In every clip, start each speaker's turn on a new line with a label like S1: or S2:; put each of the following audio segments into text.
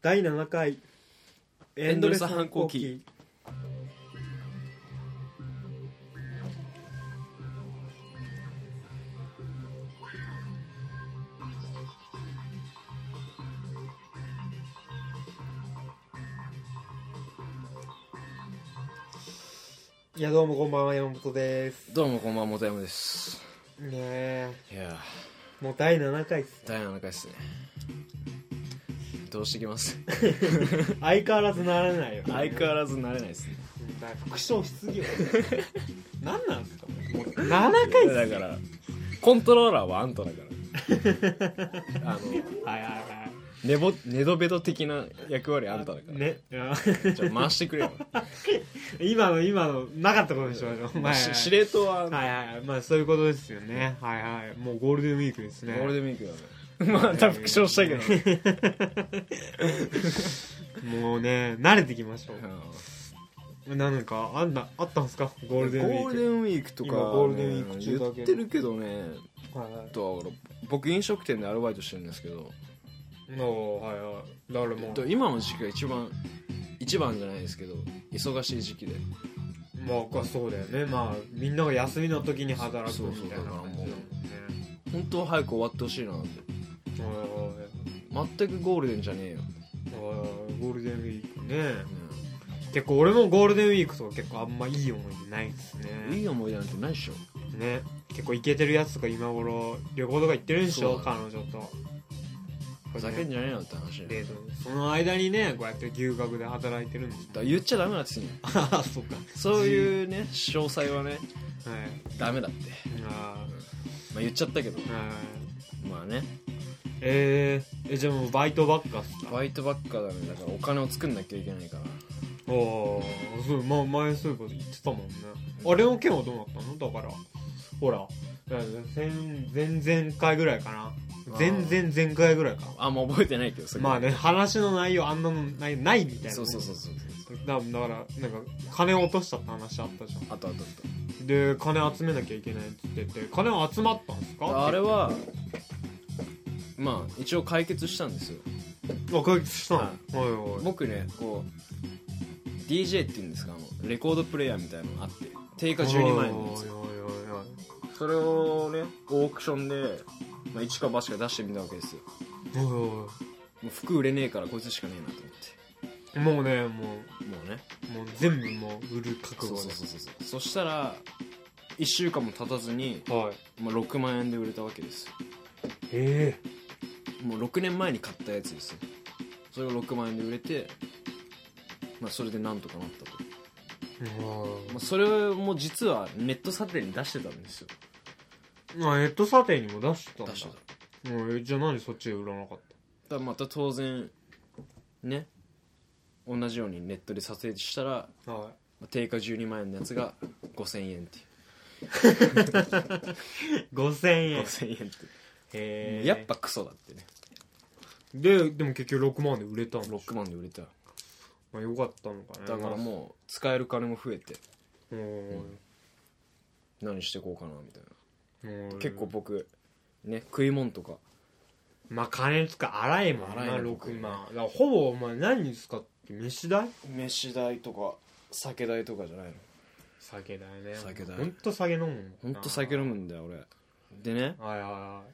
S1: 第7回
S2: エンドレス反抗期
S1: いやどうもこんばんは山本です
S2: どうもこんばんは元山です
S1: ねえ
S2: いや
S1: もう第7回っす
S2: ー第7回っすねどうしてきます
S1: 相変わらずならないよ
S2: 相変わらず慣れないですね
S1: うんだから副賞失業 何なんですかもう7回っす
S2: だからコントローラーはあんただから
S1: は
S2: あの
S1: いはいは
S2: 寝ぼ寝どべど的な役割あんただか
S1: いね いや
S2: らちょ回してく れよ
S1: 今の今のなかったことでしょう
S2: まあ
S1: 前
S2: し司令塔は
S1: はいはいはいまあそういうことですよねはいはいもうゴールデンウィークです
S2: ゴ
S1: ね
S2: ールデンウィークだねまあ多分復唱したけどね
S1: もうね慣れてきましょ
S2: うん
S1: うなんかあんなあったんすかゴールデンウィー
S2: ゴー
S1: ク
S2: ルデンウィークとかね
S1: 今ゴールデンウィーク中だけ
S2: 言ってるけどね
S1: はいはい
S2: とは僕飲食店でアルバイトしてるんですけど
S1: おーはいはいだから
S2: え
S1: も
S2: っ
S1: う
S2: と今の時期が一番一番じゃないですけど忙しい時期で
S1: まあそうだよねまあみんなが休みの時に働くみたいな感じだもんね
S2: 本当は早く終わってほしいなって
S1: はいはい
S2: 全くゴールデンじゃねえよ、
S1: はいはいゴールデンウィークね
S2: う
S1: 結構俺もゴールデンウィークとか結構あんまいい思い出ないです
S2: ん、い
S1: ね
S2: い思い出なんてないでしょ
S1: ね結構イケてるやつとか今頃旅行とか行ってるんでしょ
S2: そうだ
S1: 彼女と
S2: ふざけんじゃねえよって話だよ
S1: デートその間にねこうやって牛角で働いてるんです
S2: だから言っちゃダメだって言うんよ
S1: あ あそっか
S2: そういうね詳細はね
S1: はい
S2: ダメだって、
S1: あ
S2: まあ、言っちゃったけど
S1: ーはい
S2: まあね
S1: えー、えじゃあもうバイトばっかっすか
S2: バイトばっかだねだからお金を作んなきゃいけないから
S1: おおそう、ま、前そういうこと言ってたもんねあれの件はどうなったのだからほら前前々回ぐらいかな
S2: あ
S1: 前
S2: ー
S1: 々前回ぐらいか
S2: あんま覚えてないけどそれ
S1: まあね話の内容あんなのないないみたいな
S2: そうそうそうそう
S1: だだからなんか金落としたって話あったじゃ
S2: あとあとあ
S1: んで金集めなきゃいけないって言ってて金集まったんです
S2: と
S1: か
S2: あれはまあ一応解決したんですよ
S1: あ解決したの
S2: は
S1: はいはい
S2: 僕ねこう DJ っていうんですかあのレコードプレイヤーみたいなのがあって定価12万円のやつ
S1: おいおいおいおい
S2: それをねオークションで、まあ、1か8か出してみたわけですよ
S1: おいお
S2: もう服売れねえからこいつしかねえなと思
S1: いもうねも
S2: ってもうね
S1: うもう全部もう売る覚
S2: そう
S1: 悟
S2: そ
S1: で
S2: うそ
S1: す
S2: うそうそうそしたら1週間も経たずに、
S1: はい
S2: まあ、6万円で売れたわけですよ
S1: え
S2: もう6年前に買ったやつですよそれが6万円で売れて、まあ、それでなんとかなったと、
S1: え
S2: まあ、それも実はネット査定に出してたんですよ
S1: まあネット査定にも出してたんだ
S2: 出してた
S1: うんえじゃあ何そっちで売らなかっ
S2: だからまた当然ね同じようにネットで撮影したら
S1: たは
S2: 定価12万円のやつが5000円ってい
S1: い5000円
S2: う5000円ってい
S1: へ
S2: う、
S1: え
S2: やっぱクソだってね
S1: ででも結局6万で売れたんでしょ
S2: 6万で売れた
S1: まあよかったのかね
S2: だからもう使える金も増えて
S1: う
S2: 何してこうかなみたいな
S1: 結
S2: 結構
S1: 構
S2: 僕ね食い物とか
S1: まあ金使う荒いもんな
S2: 荒いね
S1: 6万だからほぼお前何に使って飯代
S2: 飯代とか酒代とかじゃないの
S1: 酒代ね
S2: 酒代
S1: ほんと酒飲むもん
S2: ほんと酒飲むんだよ俺でね
S1: はいはいはい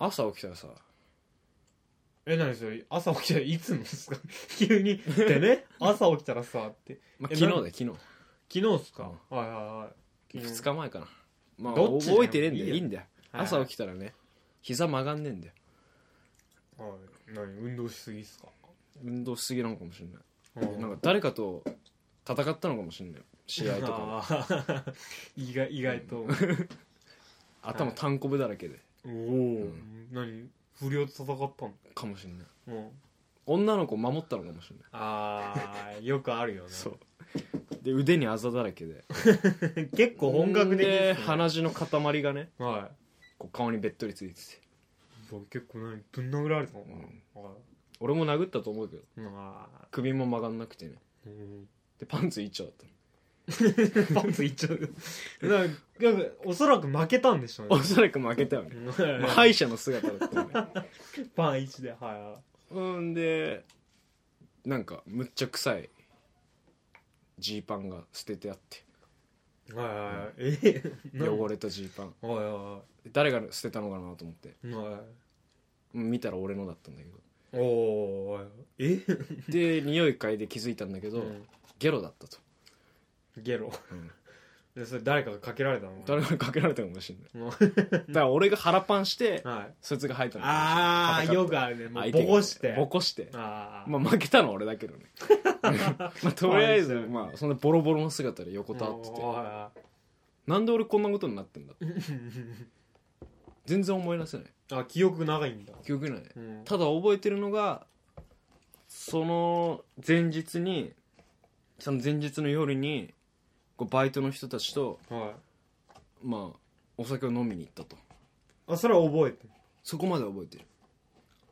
S2: 朝起きたらさ
S1: え、何それ朝起きたらいつもですか 急に。でね、朝起きたらさ、って。
S2: まあ
S1: え
S2: 昨日
S1: なん
S2: で昨日
S1: 昨日っすか、はいはいはい。
S2: 2日前かなまあ
S1: どっちだよ
S2: 覚えてねえんだよ
S1: いいよ
S2: いいんだよ
S1: はい
S2: 朝起きたらね膝曲がんねえんだよ
S1: 日。はい。何運動しすぎっすか
S2: 運動しすぎなのかもしれな
S1: ない
S2: なん
S1: か、
S2: か誰かと戦ったのかもしれない試合とか
S1: か。 意外、意外と。
S2: 頭たんこぶだらけで
S1: おお、何不良と戦ったの
S2: かもしれない
S1: うん。
S2: 女の子守ったのかもしれない
S1: あー、よくあるよね。
S2: そうで腕にあざだらけで
S1: 結構本格的
S2: で
S1: です、ね。
S2: 鼻血の塊がね
S1: は
S2: こう顔にべっとりついてて、
S1: い。僕結構何ぶん殴られたの
S2: う
S1: か
S2: ん
S1: な、はい
S2: 俺も殴ったと思うけど
S1: まあ
S2: 首も曲がんなくてね
S1: うん
S2: でパンツ一丁だったの
S1: パンツいっちゃう。なんか、なんかおそらく負けたんでしょうね
S2: お。そらく負けたよね、まあ、敗者の姿だったよね
S1: パン1で、は
S2: うんでなんかむっちゃ臭いジーパンが捨ててあって
S1: はいはいはいえ
S2: 汚れたジーパン
S1: はいは
S2: 誰が捨てたのかなと思って
S1: いは
S2: 見たら俺のだったんだけど
S1: いおーえ
S2: で匂い嗅いで気づいたんだけど、ゲロだったと、
S1: ゲロ
S2: うん
S1: でそれ誰かがかけられたの
S2: 誰かにかけられたかもしれな
S1: も
S2: いだから俺が腹パンして
S1: うはい
S2: そいつが吐いたのかもしれない
S1: ああ
S2: 戦って
S1: よくあるねもう
S2: 相手
S1: ボ
S2: が
S1: コして
S2: ボコして
S1: ああ
S2: まあ負けたのは俺だ けどねまあとりあえず
S1: かわいそう
S2: まあそんなボロボロの姿で横たわってて
S1: あ
S2: なんで俺こんなことになって んだ全然思い出せない
S1: あ記憶長いんだ
S2: 記憶ない
S1: うん
S2: ただ覚えてるのがその前日にその前日の夜にこうバイトの人たちと
S1: はい
S2: まあお酒を飲みに行ったと
S1: あそれは覚えてる
S2: そこまで覚えてる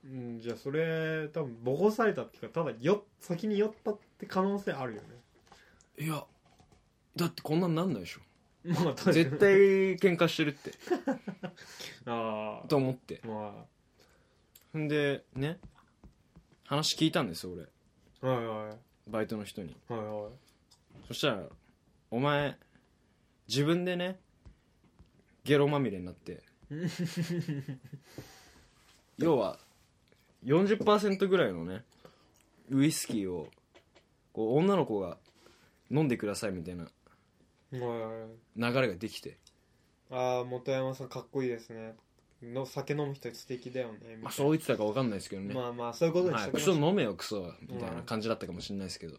S1: うんじゃあそれ多分ボコされたっていうかただよ先に寄ったって可能性あるよね
S2: いやだってこんなんなんないでしょ
S1: まあ確かに
S2: 絶対喧嘩してるって
S1: あ
S2: と思って
S1: あま
S2: んでね話聞いたんですよ俺
S1: あはいはい
S2: バイトの人に
S1: はいはい
S2: そしたら「お前自分でねゲロまみれに なって要は40%ぐらいのねウイスキーをこう女の子が飲んでくださいみたいな流れができて、
S1: ああ元山さんかっこいいですねの酒飲む人素敵だよねみたいな
S2: まあ、そう言ってたか分かんないですけどね、
S1: まあまあそういうことにし
S2: は
S1: と
S2: い、
S1: き
S2: ク
S1: ま
S2: ソ
S1: しょう
S2: 飲めよクソみたいな感じだったかもしれないですけど、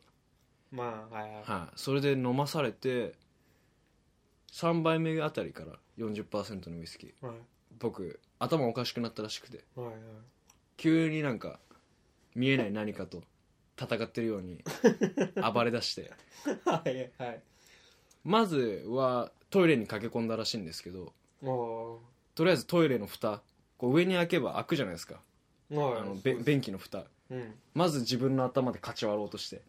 S1: まあはいはい
S2: はい、それで飲まされて3杯目あたりから40%のウイスキー
S1: はい
S2: 僕頭おかしくなったらしくて
S1: はいはい
S2: 急になんか見えない何かと戦ってるように暴れ出して
S1: はいはい
S2: まずはトイレに駆け込んだらしいんですけど
S1: も
S2: とりあえずトイレの蓋こう上に開けば開くじゃないですか
S1: うも
S2: あ
S1: う
S2: のべ便器の蓋
S1: うん
S2: まず自分の頭でかち割ろうとして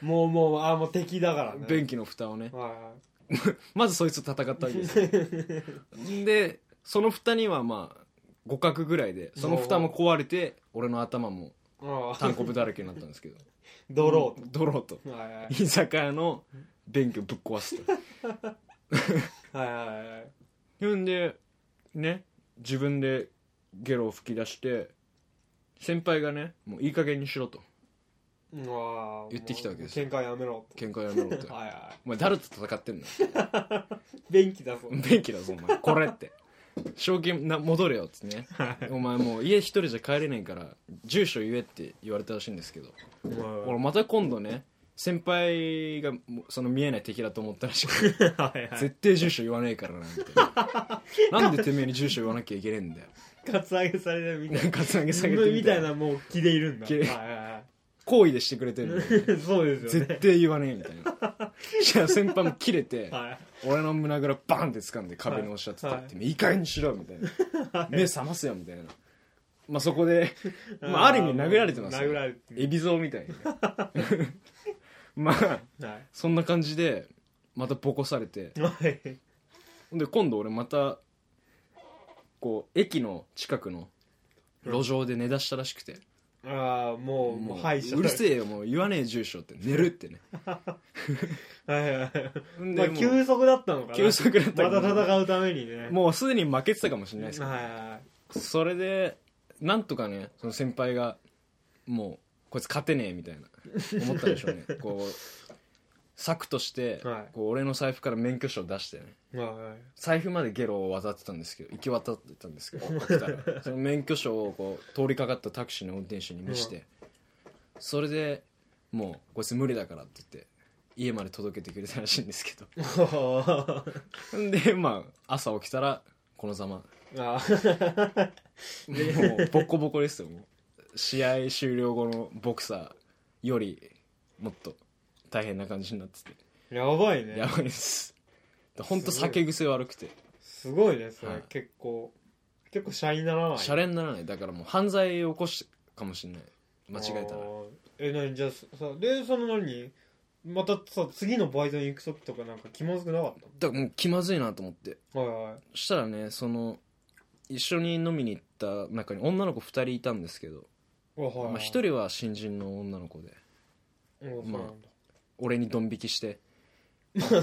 S1: もうもうああもう敵だからね
S2: 便器の蓋をね
S1: はいはい
S2: まずそいつと戦ったわけですよでその蓋にはまあ互角ぐらいでその蓋も壊れて俺の頭も
S1: あ
S2: タ
S1: あ
S2: ンコブだらけになったんですけど
S1: ドロ
S2: ドローと
S1: ーとはいはい
S2: 居酒屋の便器をぶっ壊すと
S1: はいはいはい
S2: ほんでね自分でゲロを吹き出して先輩がねもういい加減にしろと
S1: うわー
S2: 言ってきたわけです
S1: もう喧嘩やめろ
S2: 喧嘩やめろっ て
S1: とはいは
S2: お前誰と戦ってんの
S1: い便器だ ぞ
S2: 便器だぞお前これって賞金な戻れよっつってねお前もう家一人じゃ帰れないから住所言えって言われたらしいんですけど俺また今度ね先輩がもうその見えない敵だと思ったらしくて
S1: はいはい
S2: 絶対住所言わねえからなみたい ななんでてめえに住所言わなきゃいけねえんだよ
S1: カツアゲされるみたいな
S2: なんかつなげ下
S1: 自
S2: げ
S1: 分
S2: て
S1: みたいなもう気でいるんだ
S2: 気
S1: はい
S2: で
S1: は
S2: 好意でしてくれて
S1: い
S2: るの
S1: は
S2: に
S1: いそうですよね
S2: 絶対言わねえみたいな じゃあ先輩も切れて
S1: はい
S2: 俺の胸ぐらバンって掴んで壁に押しちゃってたって「いい加減にしろ」みたいな「目覚ますよ」みたいなまあそこで、まあ、ある意味殴られてます
S1: 殴られて
S2: エビゾみたいにね まあ
S1: はい
S2: そんな感じでまたボコされて
S1: はい
S2: で今度俺またこう駅の近くの路上で寝だしたらしくて
S1: ああもうもう歯医者
S2: うるせえよもう言わねえ住所って寝るってね
S1: はいはいはい
S2: ん
S1: ま
S2: で
S1: あ
S2: もう
S1: 休息だったのかな
S2: 休息だった
S1: ま
S2: か
S1: た
S2: ら
S1: 戦うためにね
S2: もうすでに負けてたかもしれないですけ
S1: はい
S2: ど、
S1: は
S2: それでなんとかねその先輩がもうこいつ勝てねえみたいな思ったでしょう ねこう策として、
S1: はい
S2: こう俺の財布から免許証を出してね
S1: いは
S2: 財布までゲロを渡ってたんですけど行き渡ってたんですけ ど来たらその免許証をこう通りかかったタクシーの運転手に見して、それでもうこいつ無理だからって言って家まで届けてくれたらしいんですけど
S1: いはい
S2: んでまあ朝起きたらこのざま
S1: あー
S2: もうボッコボコですよもう試合終了後のボクサーよりもっと大変な感じになってて
S1: やばいね
S2: やばいです本当酒癖悪くて
S1: すごいねそれ、
S2: はい
S1: 結構結構シャイにならない
S2: シャレにならないだからもう犯罪を起こしかもしれない間違えた
S1: あ
S2: ら
S1: ーえ何じゃあさでその何またさ次のバイトに行く時とかなんか気まずくなかっ
S2: だからもう気まずいなと思って
S1: たのはいはい
S2: そしたらねその一緒に飲みに行った中に女の子2人いたんですけど
S1: はい
S2: まあ、1人は新人の女の子で
S1: 人
S2: まあ俺にドン引きして もう
S1: も
S2: 帰り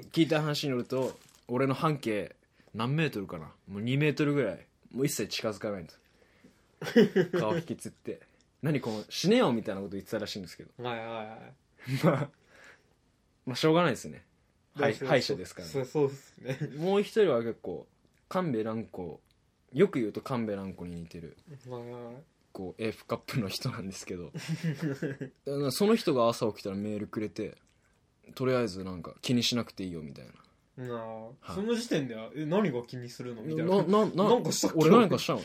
S2: 聞いた話によると俺の半径何メートルかなもう2メートルぐらいもう一切近づかないんです顔引きつって何この死ねよみたいなこと言ってたらしいんですけど
S1: はいはいはい
S2: まあまあしょうがないですねはい
S1: そうそう
S2: 敗者ですからね
S1: そうそうですね
S2: もう一人は結構神戸蘭子よく言うと神戸蘭子に似てる
S1: はいはいはい
S2: こう AF カップの人なんですけどだからその人が朝起きたらメールくれてとりあえずなんか気にしなくていいよみたいな
S1: なあ
S2: はい
S1: その時点ではえ何が気にするのみたいな
S2: ななな
S1: なんかしたっけ
S2: 俺何かしたの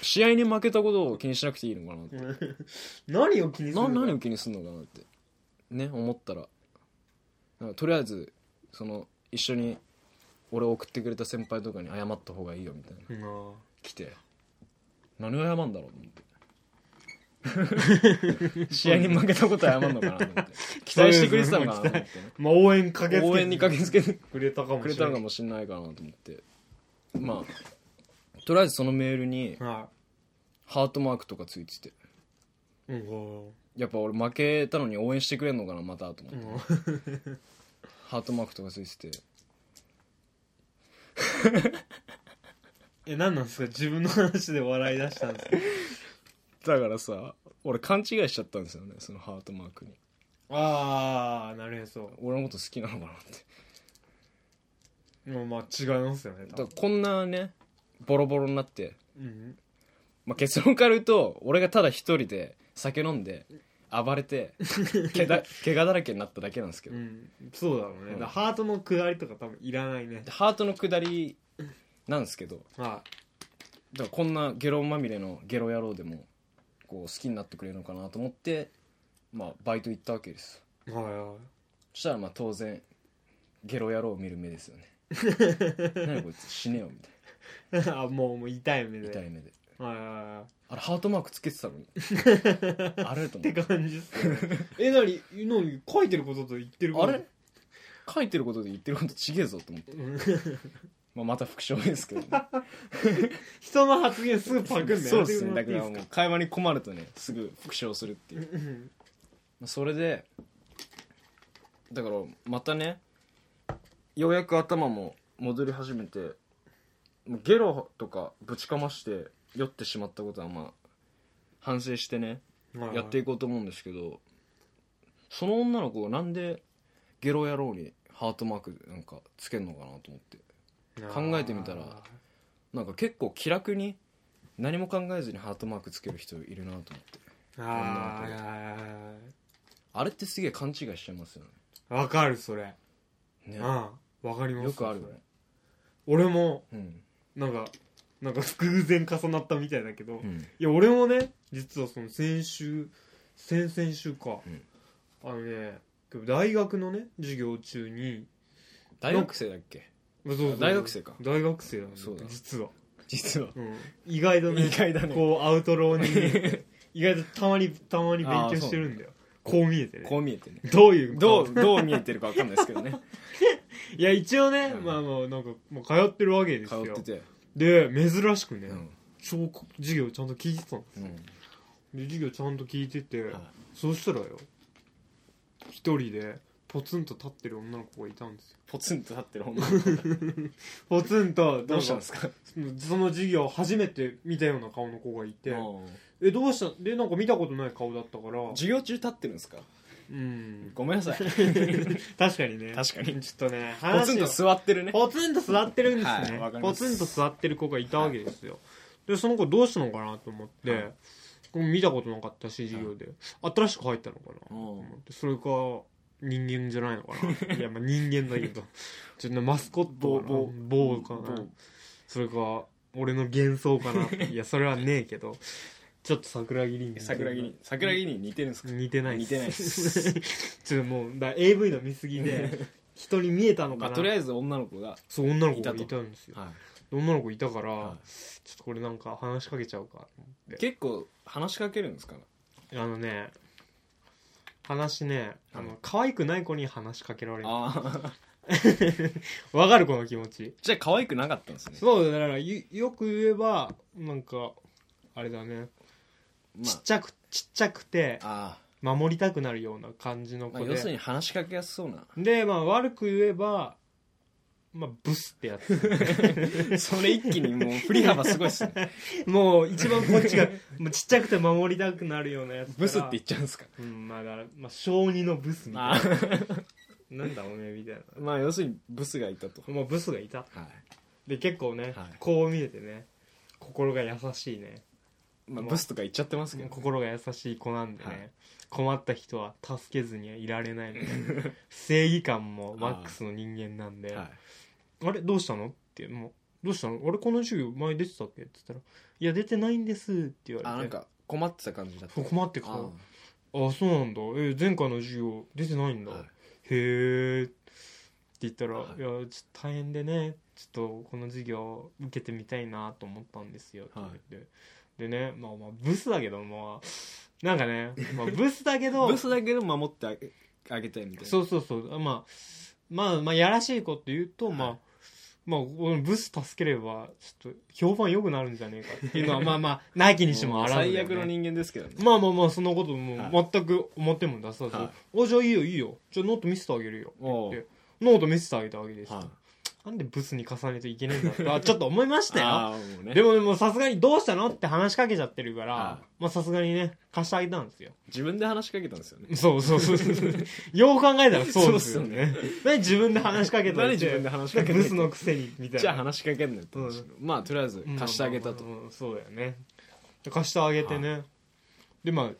S2: 試合に負けたことを気にしなくていいのかなって
S1: うん 何を気にする
S2: な
S1: の
S2: 何を気にするのかなってね思ったらなんかとりあえずその一緒に俺を送ってくれた先輩とかに謝った方がいいよみたいな
S1: なあ
S2: 来て何を謝んだろうと思 って試合に負けたことは謝んのかなと 思って期待してくれてたのかなと思って
S1: まあ応援かけ
S2: ね応援に
S1: か
S2: 駆けつけて
S1: くれたかも
S2: くれ
S1: したれ
S2: の
S1: な
S2: か
S1: い
S2: もしれないかなと思ってまあとりあえずそのメールに
S1: は
S2: ハートマークとかついてて
S1: いうん
S2: やっぱ俺負けたのに応援してくれんのかなまたと思
S1: う
S2: って、
S1: ん
S2: ハートマークとかついてて
S1: え何なんですか自分の話で笑い出したん ですか
S2: だからさ俺勘違いしちゃったんですよねそのハートマークに
S1: ああなるへそ
S2: 俺のこと好きなのかなって
S1: もうまあ違いますよね
S2: だ
S1: 多
S2: から
S1: 分
S2: こんなねボロボロになって、
S1: うん
S2: まあ、結論から言うと俺がただ一人で酒飲んで暴れ て怪我怪我だらけになっただけなんですけ
S1: う
S2: ど、
S1: んそうだろうね
S2: う
S1: だか
S2: ん
S1: らハートの下りとか多分いらないね
S2: でハートの下りなんですけど
S1: は
S2: だからこんなゲロまみれのゲロ野郎でもこう好きになってくれるのかなと思って、まあ、バイト行ったわけです
S1: いはいは
S2: そしたらまあ当然ゲロ野郎を見る目ですよ ね何こいつ死ねよみたい
S1: い あもうもう痛い目で
S2: な痛い目で
S1: はいはいはい
S2: あれハートマークつけてたのにあれと
S1: っ
S2: 思
S1: て
S2: って
S1: 感じっすよねえなになに書いてることと言ってるこ
S2: あ
S1: と
S2: れ書いてることで言ってることちげえぞと思って、
S1: うん
S2: まあ、また副賞ですけど、ね、
S1: 人の発言すぐパクんだよ
S2: そうですね
S1: や
S2: だ
S1: っ
S2: か
S1: てもら
S2: ら
S1: っていい
S2: もう会話に困るとねすぐ副賞するっていう
S1: ですかうん
S2: まあそれでだからまたねようやく頭も戻り始めてもうゲロとかぶちかまして酔ってしまったことはまあ反省してね
S1: うんはい
S2: やっていこうと思うんですけどその女の子がなんでゲロ野郎にハートマークなんかつけるのかなと思って考えてみたら
S1: あ
S2: なんか結構気楽に何も考えずにハートマークつける人いるなと思って
S1: ーあーはい
S2: あれってすげえ勘違いしちゃいますよ
S1: わかるそれ
S2: ね
S1: うん
S2: ね
S1: わかります
S2: よくあるよね
S1: それ俺も
S2: うん、
S1: なんかなんか偶然重なったみたいだけど、
S2: う
S1: い
S2: ん
S1: や俺もね実はその先週先々週か、
S2: うん
S1: あのね大学のね授業中に
S2: 大学生だっけ
S1: そうそうそう
S2: 大学生か
S1: 大学生だね
S2: そうだ
S1: 実は、
S2: 実は
S1: うん、意外とね
S2: 意外だね
S1: こうアウトローに 意外とたまにたまに勉強してるんだよこう見えてね
S2: こう見えてね
S1: どういう
S2: ど
S1: う
S2: うどう見えてるか分かんないですけどね
S1: いや一応ね、
S2: うん
S1: まあまあなんか、まあ、通ってるわけです
S2: 通
S1: よ
S2: って て
S1: で珍しくね、
S2: うん
S1: 超授業ちゃんと聞いてたの
S2: うん
S1: で授業ちゃんと聞いてて、
S2: はい
S1: そうしたらよ一人でポツンと立ってる女の子がいたんですよ
S2: ポツンと立ってる女の子
S1: ポツンと
S2: どうしたん
S1: なん
S2: で
S1: か
S2: すか
S1: そのその授業初めて見たような顔の子がいて
S2: うん
S1: えどうしたでなんか見たことない顔だったから
S2: 授業中立ってるんですか
S1: うん
S2: ごめん なさい
S1: 確かにね
S2: 確かに
S1: ちょっとね
S2: ポツン
S1: 話
S2: と
S1: を
S2: 座ってるね
S1: ポツンと座ってるんです
S2: はい
S1: ね、
S2: わかりま
S1: ポ
S2: す
S1: ツンと座ってる子がいたわけですよ、でその子どうしたのかなと思って、
S2: はい
S1: これ見たことなかったし授業で、新しく入ったのかな
S2: う
S1: と
S2: ん
S1: 思ってそれか人間じゃないのか ないやまあ人間だけどちょっとマスコットかな
S2: 棒
S1: 棒かなそれか俺の幻想かないやそれはねえけどちょっと桜木凛
S2: 桜木に桜木に似てるんですか
S1: 似てないっす
S2: 似てないっす
S1: ちょっともうだ AV の見過ぎで 人に見えたの
S2: ま
S1: か
S2: あ
S1: な
S2: とりあえず女の子が
S1: そう女の子が
S2: いたと
S1: いたんですよ
S2: は
S1: 女の子いたから、
S2: は
S1: ちょっとこれなんか話しかけちゃうかと思っ
S2: い
S1: て
S2: 結構話しかけるんですか
S1: あのね話ねあ
S2: う
S1: の可愛くない子に話しかけられる
S2: ああ
S1: わかるこの気持ち
S2: じゃあ可愛くなかったんですね
S1: そうだからよよく言えばなんかあれだね
S2: ま
S1: ちっちゃくちっちゃくて
S2: ああ
S1: 守りたくなるような感じの
S2: あ、ま
S1: 子
S2: あ、
S1: で、
S2: 要するに話しかけやすそうな
S1: でまあ悪く言えばまあブスってやつ
S2: それ一気にもう振り幅すごいっすね
S1: もう一番こっちがもうちっちゃくて守りたくなるようなやつから
S2: ブスって言っちゃうんですか
S1: うんまあだから、まあ、小児のブスみたい
S2: あ
S1: な
S2: あ
S1: なんだおめえみたいな
S2: まあ要するにブスがいたと
S1: もうブスがいた
S2: はい
S1: で結構ね、
S2: はい
S1: こう見えてね心が優しいね
S2: まあ、
S1: まあ
S2: ブスとか言っちゃってますけど、
S1: 心が優しい子なんでね、
S2: はい
S1: 困った人は助けずにはいられないみたいな 正義感もマックスの人間なんで「あ,、
S2: はい、
S1: れどうしたの?」ってもう「どうしたのあれこの授業前出てたっけ?」って言ったら「いや出てないんです」って言われて
S2: あなんか困ってた感じだった
S1: そう困ってから
S2: あ
S1: あそうなんだえ前回の授業出てないん
S2: あ
S1: だ、
S2: はい
S1: へえって言ったら、
S2: は
S1: い、
S2: い
S1: やちょっと大変でねちょっとこの授業受けてみたいなと思ったんですよって言って、でねまあまあブスだけどまあなんかね、 まあ、ブスだけど
S2: ブスだけど守ってあげあげたいみたいな
S1: そうそうそうまあまあまあやらしいこと言うと、
S2: はい
S1: まあまあ、このブス助ければちょっと評判良くなるんじゃねえかっていうのはまあまあなきにしもあらずだよね、
S2: 最悪の人間ですけどね
S1: まあまあまあそんなこと
S2: は
S1: も全く表も出さず「
S2: は
S1: おじゃあいいよいいよじゃあノート見せてあげるよ」
S2: おう
S1: ってノート見せてあげたわけですよ、
S2: はい
S1: なんでブスに重ねていけねえんだとはちょっと思いましたよ
S2: ああもうね
S1: でもでもさすがに「どうしたの?」って話しかけちゃってるから、
S2: はい
S1: まあさすがにね貸してあげたんですよ
S2: 自分で話しかけたんですよね
S1: そうそうそうそうよう考えたらそうですよ
S2: そうっ
S1: ね何自分で話しかけた
S2: 何自分で話しかけて
S1: ブスのくせにみたいな
S2: じゃあ話しかけんのよって話だけどまあとりあえず貸してあげたと
S1: うんうんうんそうだよねで貸してあげてね、でまあ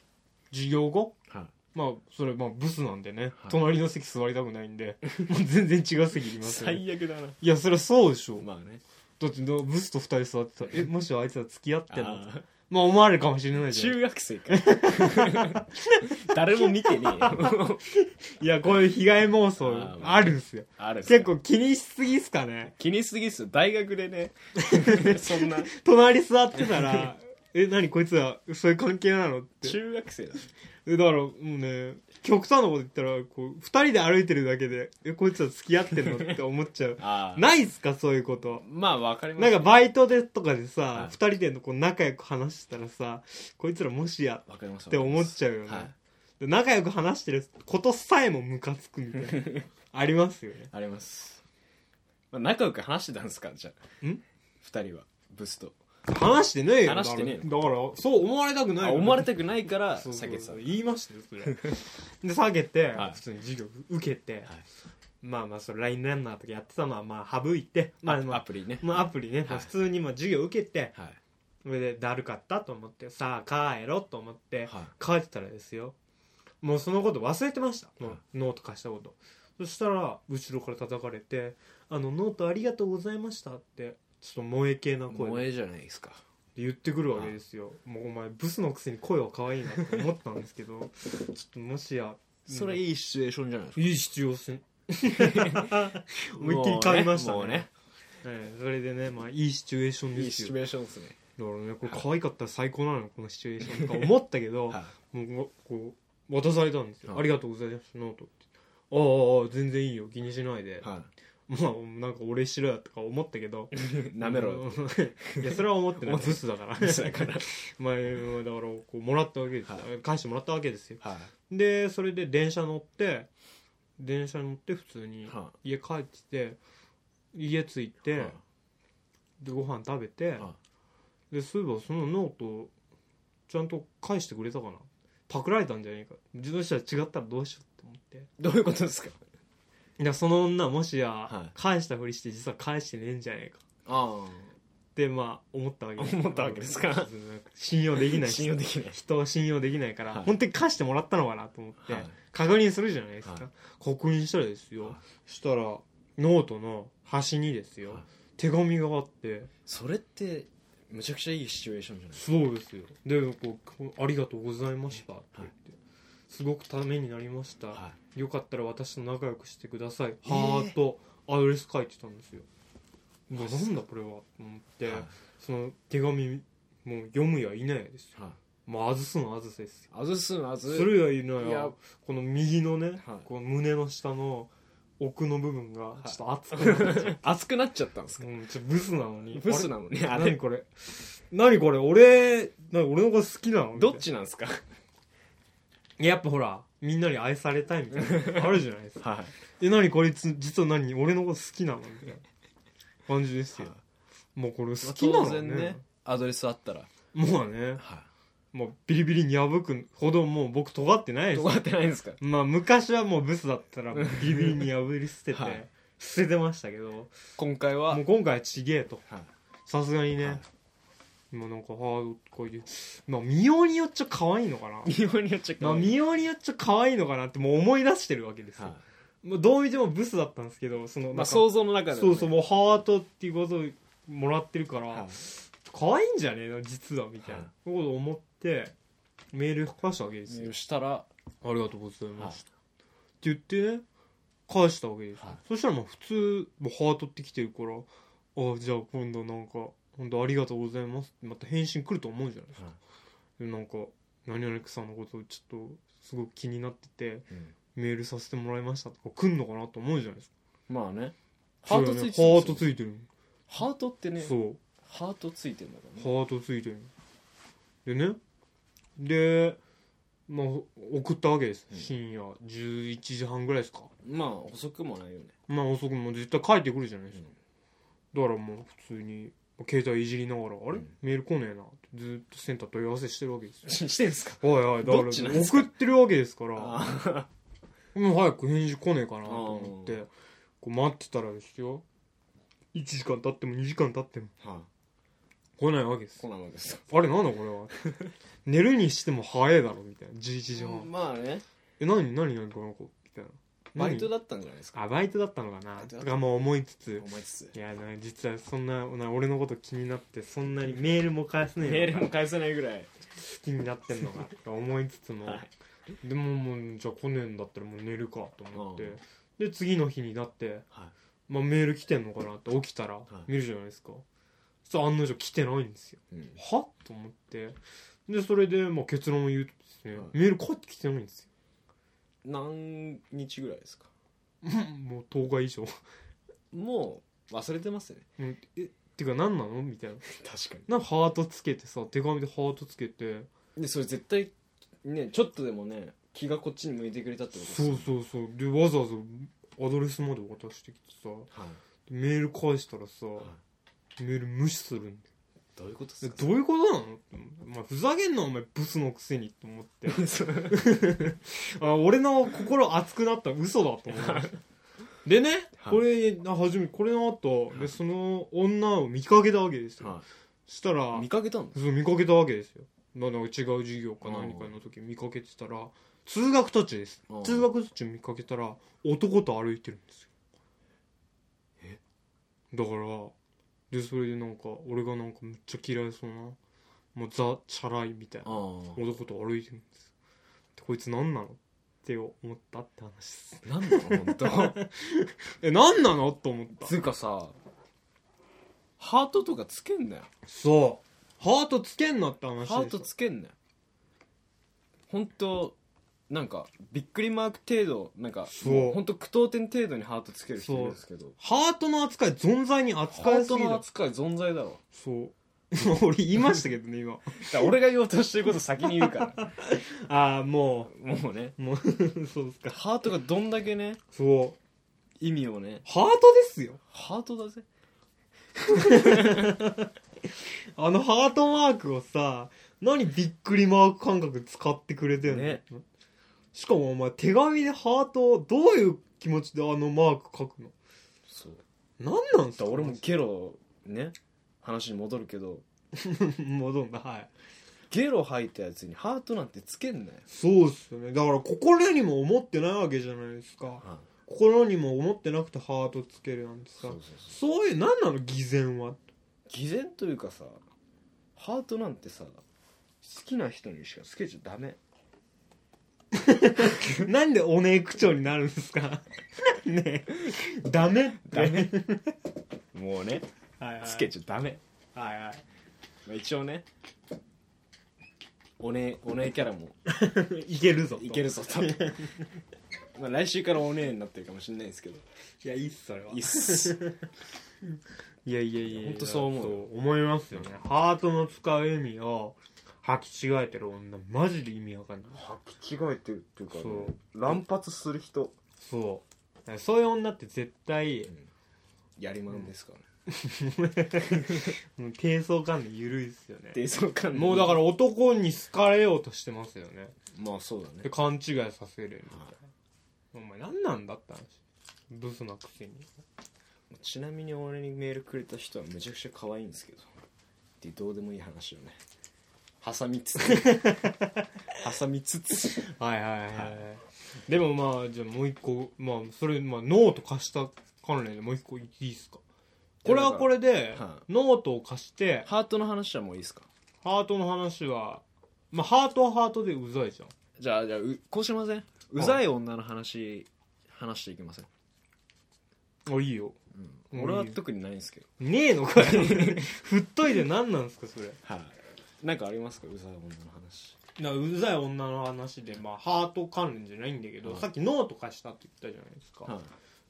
S1: 授業後
S2: はい
S1: まあそれまあブスなんでね、
S2: い
S1: 隣の席座りたくないんで もう全然違う席にいますよね
S2: 最悪だない
S1: やそれはそうでしょ
S2: まあね
S1: だってなブスと二人座ってたらえもしあいつら付き合ってんの
S2: あ
S1: まあ思われるかもしれない
S2: ー
S1: じゃん
S2: 中学生か 誰も見てねえよ
S1: いやこういう被害妄
S2: あ
S1: 想
S2: ーまあ
S1: あるんすよ
S2: あれ
S1: 結構気にしすぎっすかね
S2: 気にしすぎっすよ大学 でねそんな
S1: 隣座ってた らえ何こいつらそういう関係なのって
S2: 中学生だ
S1: えだからもうね極端なこと言ったらこう二人で歩いてるだけでえこいつら付き合ってんのって思っちゃう
S2: ああ
S1: ないっすかそういうこと
S2: まあわかりま
S1: な
S2: す
S1: んか
S2: よ
S1: バイトでとかで
S2: は
S1: さ
S2: い、
S1: 二人でのこう仲良く話してたらさ、こいつらもしや
S2: わかります
S1: って思っちゃうよね。
S2: はい
S1: で仲良く話してることさえもムカつくみたい な。ありますよね。
S2: あります、まあ、仲良く話してたんですかじゃあ
S1: ん
S2: 2人はブスと
S1: 話してねえよ。
S2: 話してねえ
S1: だから、だからそう思われたくない
S2: あ
S1: よ
S2: 思われたくないから
S1: そうそう
S2: 避けてた
S1: 言いましたよ、それ。で、下げて
S2: はい、
S1: 普通に授業受けて
S2: はい、
S1: まあまあ、それ、ラインランナーとかやってたのは、まあ、省いて、まあ、ま
S2: ア
S1: あ
S2: プリね
S1: まあアプリね、
S2: はい
S1: 普通にまあ授業受けて、
S2: は
S1: それで、だるかったと思って、さあ、帰ろうと思って
S2: い、は
S1: 書いてたらですよもうそのこと忘れてましたもう
S2: はい
S1: ノート貸したことそしたら後ろから叩かれて「あのノートありがとうございました」ってちょっと萌え系ない声
S2: 萌
S1: で
S2: えじゃないですか
S1: 言ってくるわけですよもうお前ブスのくせに声は可愛いなって思ったんですけど ちょっともしや
S2: それいいシチュエーションじゃないですか
S1: いい必要性 思いっきり変わりましたね
S2: もうね
S1: ええそれでねまあいいシチュエーション
S2: い
S1: で
S2: い
S1: す
S2: シ
S1: よ
S2: チュエーションですね
S1: だからねこれ可愛かったら最高なのよこのシチュエーションとか思ったけど
S2: はい
S1: もうこう渡されたんですよ、
S2: はい
S1: ありがとうございますノートってああああ全然いいよ気にしないで、
S2: は
S1: まあなんか俺しろやとか思ったけ ど
S2: いなめろよ
S1: うんいやそれは思ってない
S2: 思って
S1: ブスだから
S2: ブス だから
S1: まあだからこうもらったわけですよ、
S2: は
S1: 返してもらったわけですよ
S2: は
S1: でそれで電車乗って電車乗って普通
S2: い
S1: に
S2: は
S1: 家帰ってきて家着い
S2: い
S1: て、でご飯食べて、
S2: は
S1: でそういえばそのノートちゃんと返してくれたかなパクられたんじゃねえか自動車違ったらどうしようって思って
S2: いどういうことですか
S1: いやその女もし
S2: は
S1: や
S2: い
S1: 返したふりして実は返してねえんじゃねえか
S2: あ
S1: ってまあ思ったわけ
S2: 思ったわけですか
S1: 信用でき
S2: あ
S1: ない
S2: 信用できない
S1: 人を信用できないから、
S2: はい
S1: 本当に返してもらったのかなと思って、
S2: はい
S1: 確認するじゃないですか、
S2: はい
S1: 確認したらですよ、
S2: はい
S1: したらノートの端にですよ、
S2: はい
S1: 手紙があって
S2: それってむちゃくちゃいいシチュエーションじゃないです
S1: そうですよでこうこう「ありがとうございました」って言って、すごくためになりました、
S2: かは
S1: よかったら私と仲良くしてください」
S2: えー
S1: ハートアドレス書いてたんですようわなんだこれはと思って、
S2: いはい
S1: その手紙もう読むやいないやですよ
S2: はい
S1: まあ外すの外せですよ
S2: あずすんあず
S1: するやいない
S2: いや
S1: やこの右のね、
S2: はい
S1: この胸の下の奥の部分が
S2: い
S1: ちょっと熱くなっちゃう、
S2: 熱くなっちゃったんですか
S1: うん、ちょっとブスなのに
S2: ブス
S1: な
S2: なのねあ
S1: 何
S2: れ
S1: これ何これ俺なんか俺のこと好きなのみたい
S2: ど
S1: な
S2: っちなんですか
S1: やっぱほらみんなに愛されたいみたいな あるじゃないですか
S2: は
S1: え何これつ実は何俺のこと好きなのみたいな感じですよ、
S2: は
S1: もうこれ
S2: い、ま
S1: 好
S2: あ
S1: きな
S2: 当
S1: のね,、
S2: 然ねアドレスあったら
S1: もうね
S2: は
S1: もうビリビリに破くほどもう僕尖ってない
S2: い
S1: です
S2: どうやってないんですか
S1: まあ昔はもうブスだったらビリビリに破り捨てて、
S2: はい
S1: 捨ててましたけども
S2: 今回は
S1: う今回はちげえと
S2: はい
S1: さすがにね、
S2: はい
S1: 今なんかハードこういうまあ見ようによっちゃ可愛いのかな
S2: 微妙にやっちゃう
S1: まあ見ようによっちゃ可愛いのかなってもう思い出してるわけですよ、
S2: はい
S1: もうどう見てもブスだったんですけどその
S2: ま
S1: なん
S2: あ
S1: か
S2: 想像の中ではね
S1: そうそうもうハートっていうことをもらってるから、
S2: はい
S1: 可愛いんじゃねえの実はみたいな
S2: は
S1: そういうこと思ってメール返したわけです
S2: メー
S1: よ
S2: ルしたら
S1: ありがとうございました、って言ってね返したわけですよ、
S2: はい
S1: そしたらまあ普通もうハートってきてるからあじゃあ今度なんか本当ありがとうございますってまた返信来ると思うじゃないですか、
S2: は
S1: でなんか何々さんのことちょっとすごく気になってて
S2: うん
S1: メールさせてもらいましたとか来んのかなと思うじゃないですか
S2: まあね
S1: そ
S2: ハー
S1: れ
S2: ト
S1: は
S2: つ
S1: ね
S2: いて
S1: ハ
S2: るん
S1: ート
S2: です
S1: つ
S2: よ
S1: いてる
S2: ハートってね
S1: そう
S2: ハートついてるんだからね
S1: ハートついてるでねでまあ送ったわけです、
S2: うん
S1: 深夜11時半ぐらいですか
S2: まあ細くもないよね
S1: まあ遅くも絶対帰ってくるじゃないですか、だからもう普通に携帯いじりながらあれ、
S2: うん
S1: メール来ねえなってずっとセンター問い合わせしてるわけですよ
S2: してんすか
S1: はいはいだか
S2: どっちなん
S1: ら
S2: ですか
S1: 送ってるわけですからも
S2: あー
S1: う早く返事来ねえかなと思ってこう待ってたらですよ1時間経っても2時間経っても
S2: はい
S1: 来ないわけです
S2: そうなわけですよ
S1: あれなんだこれ は寝るにしても早いだろみたいな11時半
S2: まあね
S1: え何何何この子みたいな
S2: バイト
S1: だ
S2: だったんじゃないですか
S1: あバイトだったのかな
S2: バイトだ
S1: と
S2: った
S1: かもう思いつつ
S2: 思いつつ
S1: いやな実はそんなな俺のこと気になってそんなにメールも返せね
S2: メ
S1: えの
S2: ール
S1: か
S2: も返せないぐらい
S1: 好きになってんのかとか思いつつも、
S2: はい
S1: でももうじゃあ来ねえんだったらもう寝るかと思って、
S2: うん
S1: で次の日になって、
S2: はい
S1: まあ、メール来てんのかなって起きたら
S2: い
S1: 見るじゃないですか、そしたら案の定来てないんですよ
S2: うん
S1: はと思ってでそれでまあ結論を言うとですね、
S2: はい
S1: メール返ってきてないんですよ
S2: 何日ぐらいですか
S1: もう10日以上
S2: もう忘れてますね
S1: うんえっていうか何なのみたいな
S2: 確か
S1: なんかハートつけてさ手紙でハートつけて
S2: にでそれ絶対ねちょっとでもね気がこっちに向いてくれたってことです
S1: そうそうそうでわざわざアドレスまで渡してきてさ
S2: はい
S1: メール返したらさ、
S2: は
S1: メール無視するんだよ
S2: どういうことで
S1: え
S2: すか
S1: どういうことなのって思ってお前ふざけんなお前ブスのくせにと思って あ俺の心熱くなった嘘だと思いました でね、
S2: はい
S1: これな初めこれの後
S2: は
S1: で
S2: い
S1: その女を見かけたわけですよ、
S2: は
S1: したら
S2: い見かけたんです
S1: そう見かけたわけですよななんか違う授業か何かの時見かけてたら通学途中です
S2: うん
S1: 通学途中見かけたら男と歩いてるんですよ
S2: え
S1: だからでそれでなんか俺がなんかめっちゃ嫌いそうなもうザ・チャラいみたい
S2: あ
S1: な
S2: あ
S1: 男と歩いてるんですよでこいつ何なのって思ったって話 です
S2: なんだろう本当
S1: え何なのと思った
S2: つうかさハートとかつけんなよ
S1: そうハートつけんなって話でしょ
S2: ハートつけんなよ本当なんかびっくりマーク程度なんか
S1: そう
S2: も本当句読点程度にハートつける人いるんですけど
S1: ハートの扱い存在に
S2: ハ
S1: 扱い
S2: ー
S1: す
S2: ト
S1: ぎ
S2: の
S1: だ
S2: 扱い存在だろ
S1: そう。 俺言いましたけどね、今。
S2: だから俺が言おうとしてること先に言うから
S1: ああ、も
S2: もうね
S1: う、もう、 そうですか。
S2: ハートがどんだけね
S1: そう。
S2: 意味をね
S1: ハートですよ。
S2: ハートだぜ
S1: あのハートマークをさ、何びっくりマーク感覚使ってくれてんの、
S2: ね
S1: しかもお前手紙でハートをどういう気持ちであのマーク書くの
S2: そうだ
S1: 何なんす
S2: か
S1: から
S2: 俺もゲロね話に戻るけど
S1: 戻んだ、はい。
S2: ゲロ吐いたやつにハートなんてつけんなよ
S1: そうっすよね。だから心にも思ってないわけじゃないですか。心にも思ってなくてハートつけるなんてさ。
S2: そう
S1: そ
S2: そう
S1: う
S2: そう
S1: いう、何なの偽善は。
S2: 偽善というかさハートなんてさ好きな人にしかつけちゃダメ
S1: なんでおねえ口調になるんですか ねえダメって
S2: ダメもうね
S1: はいはい
S2: つけちゃダメ、
S1: はいはい
S2: まあ、一応ねおねおねえキャラも
S1: いけるぞと
S2: いけるぞ とまあ来週からおねえになってるかもしれないですけど
S1: いやいいっすそれはい
S2: いっす
S1: いやいやいや
S2: ほんとそう思う
S1: 思いますよねハートの使う意味を履き違えてる女マジで意味わかんない
S3: 履き違えてるっていうか、ね
S1: そう、
S3: 乱発する人
S1: そうだからそういう女って絶対
S2: やりまんですからね
S1: もう低層観念緩いっすよね
S2: 低層感
S1: もうだから男に好かれようとしてますよね
S2: まあそうだ
S1: で
S2: ね
S1: 勘違いさせるみたいなお前何なんだって話ブスなくせに
S2: ちなみに俺にメールくれた人はめちゃくちゃ可愛いんですけどっていうどうでもいい話をね挟みつつ 挟みつつ
S1: はいはいはい、でもまあじゃあもう一個まあそれ、まあ、ノート貸した関連でもう一個いいですかこれはこれで、
S2: は
S1: ノートを貸して
S2: ハートの話はもういいですか
S1: ハートの話はまあハートはハートでうざいじゃん
S2: じゃあじゃあうこうしませんうざい女の話話していきません、
S1: あいいよ
S2: うん、俺は特にないんですけど
S1: ねえの かよ振っといて何なんですかそれ
S2: はいなんかありますかうざい女の話
S1: なうざい女の話で、まあ、ハート関連じゃないんだけど、
S2: はい
S1: さっきノート貸したって言ったじゃないですか、
S2: はい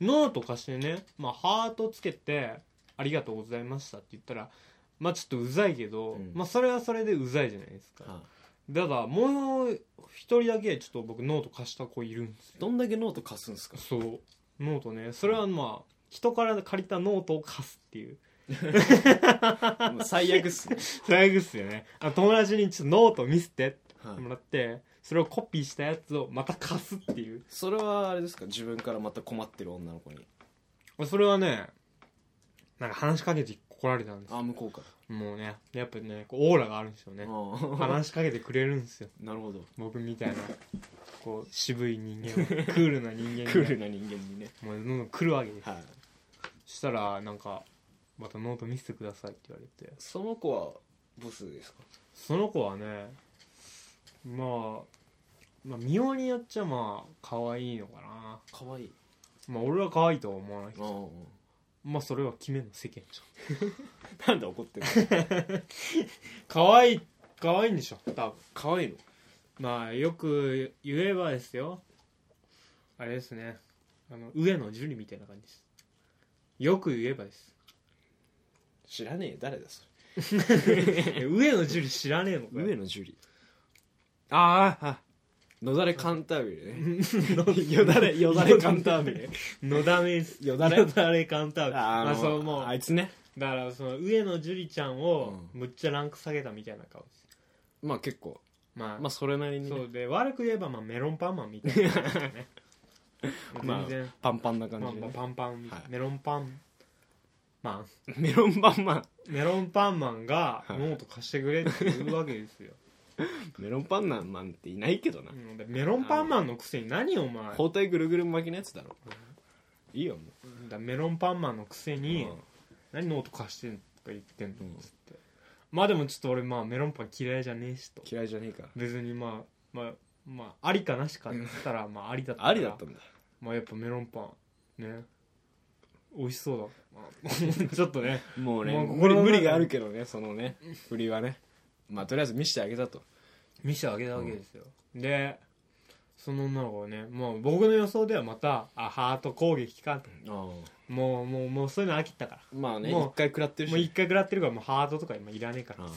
S1: ノート貸してね、まあ、ハートつけて「ありがとうございました」って言ったらまあちょっとうざいけど、
S2: うん
S1: まあそれはそれでうざいじゃないですか、
S2: は
S1: ただもう一人だけちょっと僕ノート貸した子いるんです
S2: い
S1: よ
S2: どんだけノート貸すんです か
S1: そうノートねそれはまあ人から借りたノートを貸すっていう
S2: もう最悪っすね、
S1: 最悪っすよねあ友達にちょっとノート見せてって
S2: はい
S1: もらってそれをコピーしたやつをまた貸すっていう
S2: それはあれですか自分からまた困ってる女の子に
S1: それはねなんか話しかけてこられたんですよ
S2: あ向こうから
S1: もうねやっぱねこうオーラがあるんですよね
S2: あ
S1: 話しかけてくれるんですよ
S2: あ なるほど
S1: 僕みたいなこう渋い人間クールな人間が
S2: クールな人間にね
S1: もうどんどん来るわけです
S2: はい
S1: そしたらなんか「またノート見せてください」って言われて
S2: その子はボスですか
S1: その子はねまあまあ見ようによっちゃまあ可愛いのかな
S2: かわいい
S1: まあ俺は可愛いとは思わないけど
S2: うん
S1: まあそれは決めんの世間じゃん
S2: なんで怒ってる
S1: 可愛い可愛いんでしょ多分
S2: かわいいの
S1: まあよく言えばですよあれですねあの上野樹里みたいな感じですよく言えばです
S2: 知らねえよ誰だそ
S1: え上野樹里知らねえのか
S2: れ
S1: よ
S2: 上野樹里
S1: ああ
S2: 野だれカンタービレ ねよだれよだれカンタービレ
S1: のだめです
S2: よだれ
S1: よだれカンタービレ
S2: あ
S1: まあ
S2: の
S1: そうもう
S2: あいつね
S1: だからその上野樹里ちゃんを
S2: うん
S1: むっちゃランク下げたみたいな顔です
S2: まあ結構
S1: まあ、
S2: まあそれなりにね
S1: そうで悪く言えばまあメロンパンマンみたいな感じです ね
S2: まあ
S1: 全然、
S2: パンパンな感
S1: まあ
S2: じで
S1: まあ
S2: ね
S1: パンパン、
S2: はい
S1: メロンパンマン
S2: メロンパンマン
S1: メロンパンマンが
S2: はい
S1: ノート貸してくれって言うわけです よ、
S2: メロンパンマンなんていないけどな
S1: うんでメロンパンマンのくせに何お前
S2: 包帯ぐるぐる巻きのやつだろいいよも
S1: だメロンパンマンのくせ
S2: う
S1: に
S2: うん
S1: 何ノート貸してんとか言ってんの
S2: うん
S1: つってまあでもちょっと俺まあメロンパン嫌いじゃねえしと
S2: 嫌いじゃねえか
S1: 別にまあまあまあありかなしかって言ったらまあありだったから
S2: ありだったんだ
S1: まあやっぱメロンパンね美味しそうだ、 まあちょっとね
S2: もうね
S1: もう
S2: 無
S1: 心
S2: 理
S1: の中
S2: 無理があるけどねそのね振りはねまあとりあえず見せてあげたと
S1: 見せてあげたわけですよ、でその女の子はねもう僕の予想ではまたあハート攻撃かともうもうもうそういうの飽きたか
S2: まあね
S1: もう
S2: 一回食らって
S1: ら
S2: る
S1: もう一
S2: し
S1: 回食らってるからもうハートとか今いらねえから
S2: うん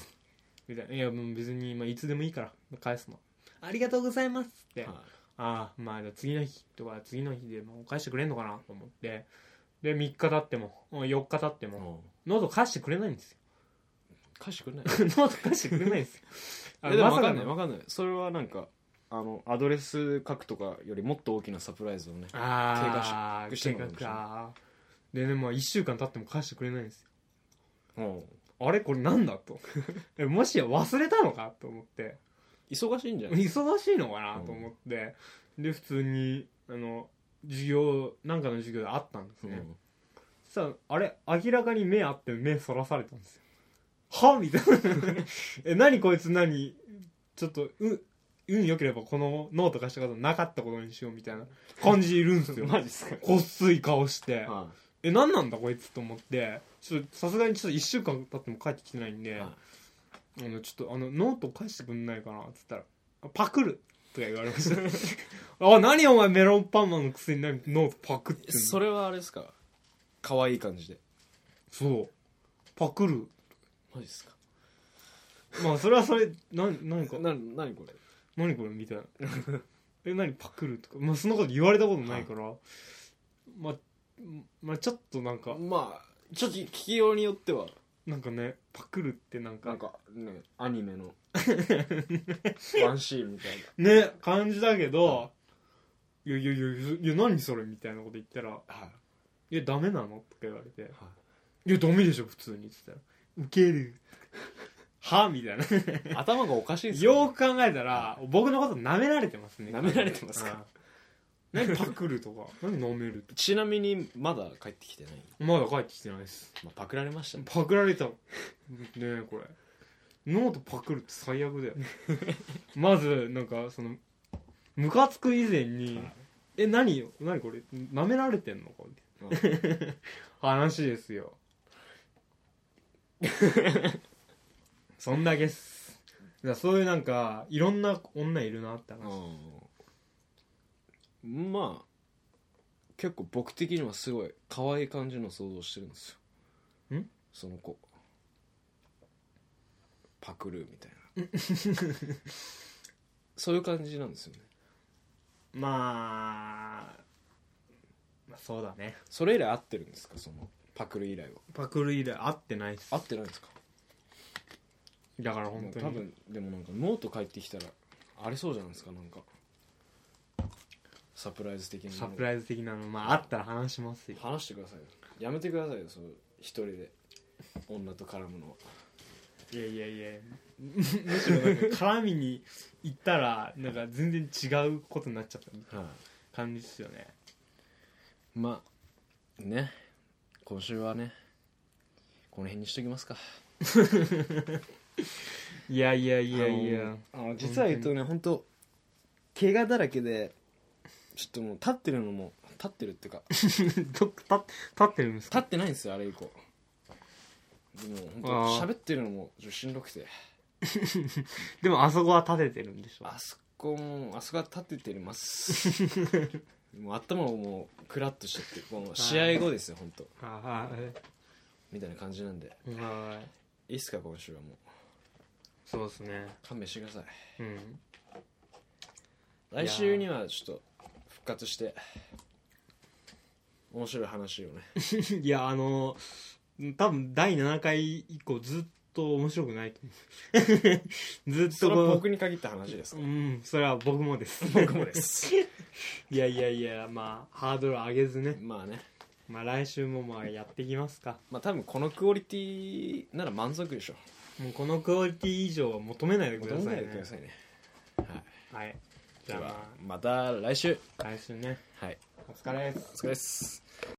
S1: みたいないやもう別に今いつでもいいから返すのありがとうございますって
S2: は
S1: ああまあじゃあ次の日とか次の日でもう返してくれんのかなと思ってで3日経っても4日経って
S2: い
S1: も喉返してくれないんですよ
S2: 返してくれない
S1: 喉返してくれない んですよあ
S2: いやでも
S1: まさ
S2: 分か
S1: か
S2: んない
S1: の
S2: 分かんないそれはなんかあのアドレス書くとかよりもっと大きなサプライズをね
S1: ああ
S2: 計画してんのかもしれない
S1: かでねまあ1週間経っても返してくれないんですよ
S2: うん
S1: あれこれなんだ とえもしや忘れたのかと思って
S2: 忙しいんじゃない
S1: 忙しいのかなと思って、で普通にあの授業なんかの授業で会ったんです
S2: うん
S1: ね、そしたらあれ明らかに目合って目そらされたんですよはみたいな え何こいつ何ちょっとう運良ければこのノート貸したことなかったことにしようみたいな感じいるんです よ
S2: マジっすか
S1: こっすい顔して
S2: は
S1: え何なんだこいつと思ってちょっとさすがにちょっと1週間経っても帰ってきてないんで、
S2: い
S1: あのちょっとあのノート返してくんないかなっつったらあ「パクる!」とか言われました あ何お前メロンパンマンのくせに何ノートパクってんの
S2: それはあれですか可愛い感じで
S1: そうパクる
S2: マジっすか
S1: まあそれはそれな何か
S2: な何これ
S1: 何これみたいなえ何パクるとかまあそんなこと言われたことないから、まあまあちょっとなんか
S2: まあちょっと聞きようによっては
S1: なんかねパクるってなんか
S2: なんかねアニメ のワンシーンみたい
S1: ね感じだけど、いやいやいやいや何それみたいなこと言ったら
S2: なは
S1: 「
S2: い
S1: いやダメなの?」とか言われて
S2: は
S1: 「いやダメでしょ普通に」って言ったら「ウケる」はみたいな
S2: い頭がおかしいです
S1: よーく考えたら僕のこと舐められてますね
S2: 舐められてます
S1: うん
S2: か
S1: 何パクるとか何舐めるとか
S2: ちなみにまだ帰ってきてない、
S1: まだ帰ってきてないです
S2: まあ、パクられましたね
S1: パクられたねえこれノートパクるって最悪だ よまずなんかそのムカつく以前に
S2: はい
S1: 「え何よ何これ舐められてんの か?」って話ですよそんだけっすだからそういうなんかいろんな女いるなって話、
S2: うんまあ結構僕的にはすごい可愛い感じの想像してるんですよ
S1: ん
S2: その子パクるみ たいなそういう感じなんですよね
S1: まあまあそうだね
S2: それ以来合ってるんですかそのパクる以来は
S1: パクる以来合ってないっす
S2: 合ってないんですか
S1: だから本当に
S2: 多分でもなんかノート帰ってきたらあれそうじゃないですかなんかサプライズ的な
S1: サプライズ的なのまああったら話しますよ
S2: 話してくださいよやめてくださいよその一人で女と絡むのはい
S1: やいやいやむ しろなんか絡みに行ったらなんか全然違うことになっちゃった
S2: はい、
S1: 感じっすよね
S2: まあね今週はねこの辺にしときますか
S1: いやいやい
S2: い
S1: やいや
S2: あの実は言うとね本当怪我だらけでちょっともう立ってるのも立ってるっていうか
S1: どっか立立ってるんです
S2: 立
S1: か
S2: ってないんですよあれ以降でも本
S1: あ
S2: 当
S1: ー
S2: 喋ってるのもちょっとしんどくて
S1: でもあそこは立ててるんでしょ
S2: あそこもあそこは立ててます もう頭ももうクラッとしちゃってこの試合後ですよ本当
S1: あ
S2: みたいな感じなんで
S1: はいはい
S2: いいっすか今週はも
S1: そうですね
S2: う勘弁してください
S1: うん
S2: 来週にはちょっと復活して面白い話をね
S1: いやあの多分第7回以降ずっと面白くないと思う ずっと
S2: それ
S1: こ
S2: は
S1: の
S2: 僕に限った話です
S1: うんそれは僕もです
S2: 僕もです
S1: いやいやいやまあハードル上げずね
S2: まあね
S1: まあ来週もまあやっていきますか
S2: まあ多分このクオリティなら満足でしょ
S1: もうこのクオリティ以上は求めないでくだ
S2: 求め
S1: さ
S2: ないい
S1: ね
S2: でくださいね
S1: はいじ
S2: で
S1: ゃあ
S2: は
S1: ま
S2: また来週
S1: あ来週ね
S2: はい
S1: お疲れです
S2: お疲れです